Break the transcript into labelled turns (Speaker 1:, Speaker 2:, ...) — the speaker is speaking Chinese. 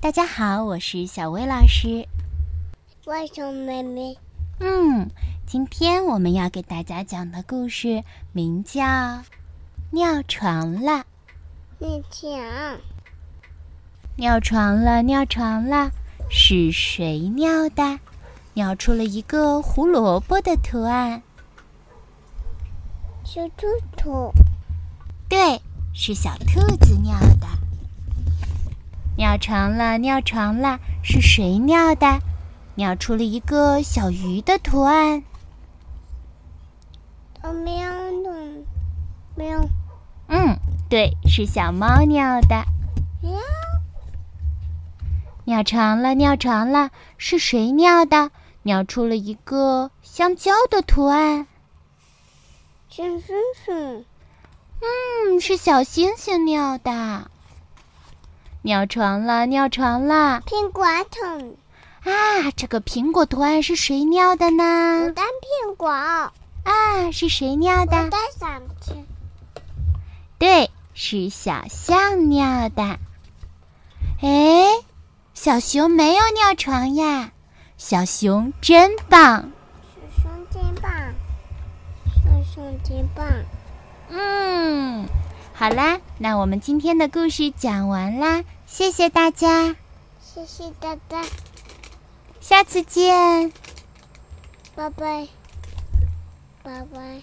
Speaker 1: 大家好，我是小薇老师。
Speaker 2: 外甥妹妹，
Speaker 1: 嗯，今天我们要给大家讲的故事名叫《尿床了》。
Speaker 2: 你讲，
Speaker 1: 尿床了，尿床了，是谁尿的？尿出了一个胡萝卜的图案。
Speaker 2: 小兔兔，
Speaker 1: 对，是小兔子尿的。尿床了，尿床了，是谁尿的？尿出了一个小鱼的图案。
Speaker 2: 小喵喵喵
Speaker 1: 嗯，对，是小猫尿的。
Speaker 2: 喵，
Speaker 1: 尿床了，尿床了，是谁尿的？尿出了一个香蕉的图案。
Speaker 2: 小叔叔，
Speaker 1: 嗯，是小星星尿的。尿床了，尿床了
Speaker 2: 苹果桶，
Speaker 1: 啊！这个苹果图案是谁尿的
Speaker 2: 我
Speaker 1: 呢？
Speaker 2: 当苹果，
Speaker 1: 啊，是谁尿
Speaker 2: 我
Speaker 1: 的？
Speaker 2: 当想吃。
Speaker 1: 对，是小象尿的。哎，小熊没有尿床呀，小熊真棒。
Speaker 2: 小熊真棒，小熊真棒，
Speaker 1: 嗯，好啦，那我们今天的故事讲完啦，谢谢大家，
Speaker 2: 谢谢大家，
Speaker 1: 下次见。
Speaker 2: 拜拜，拜拜。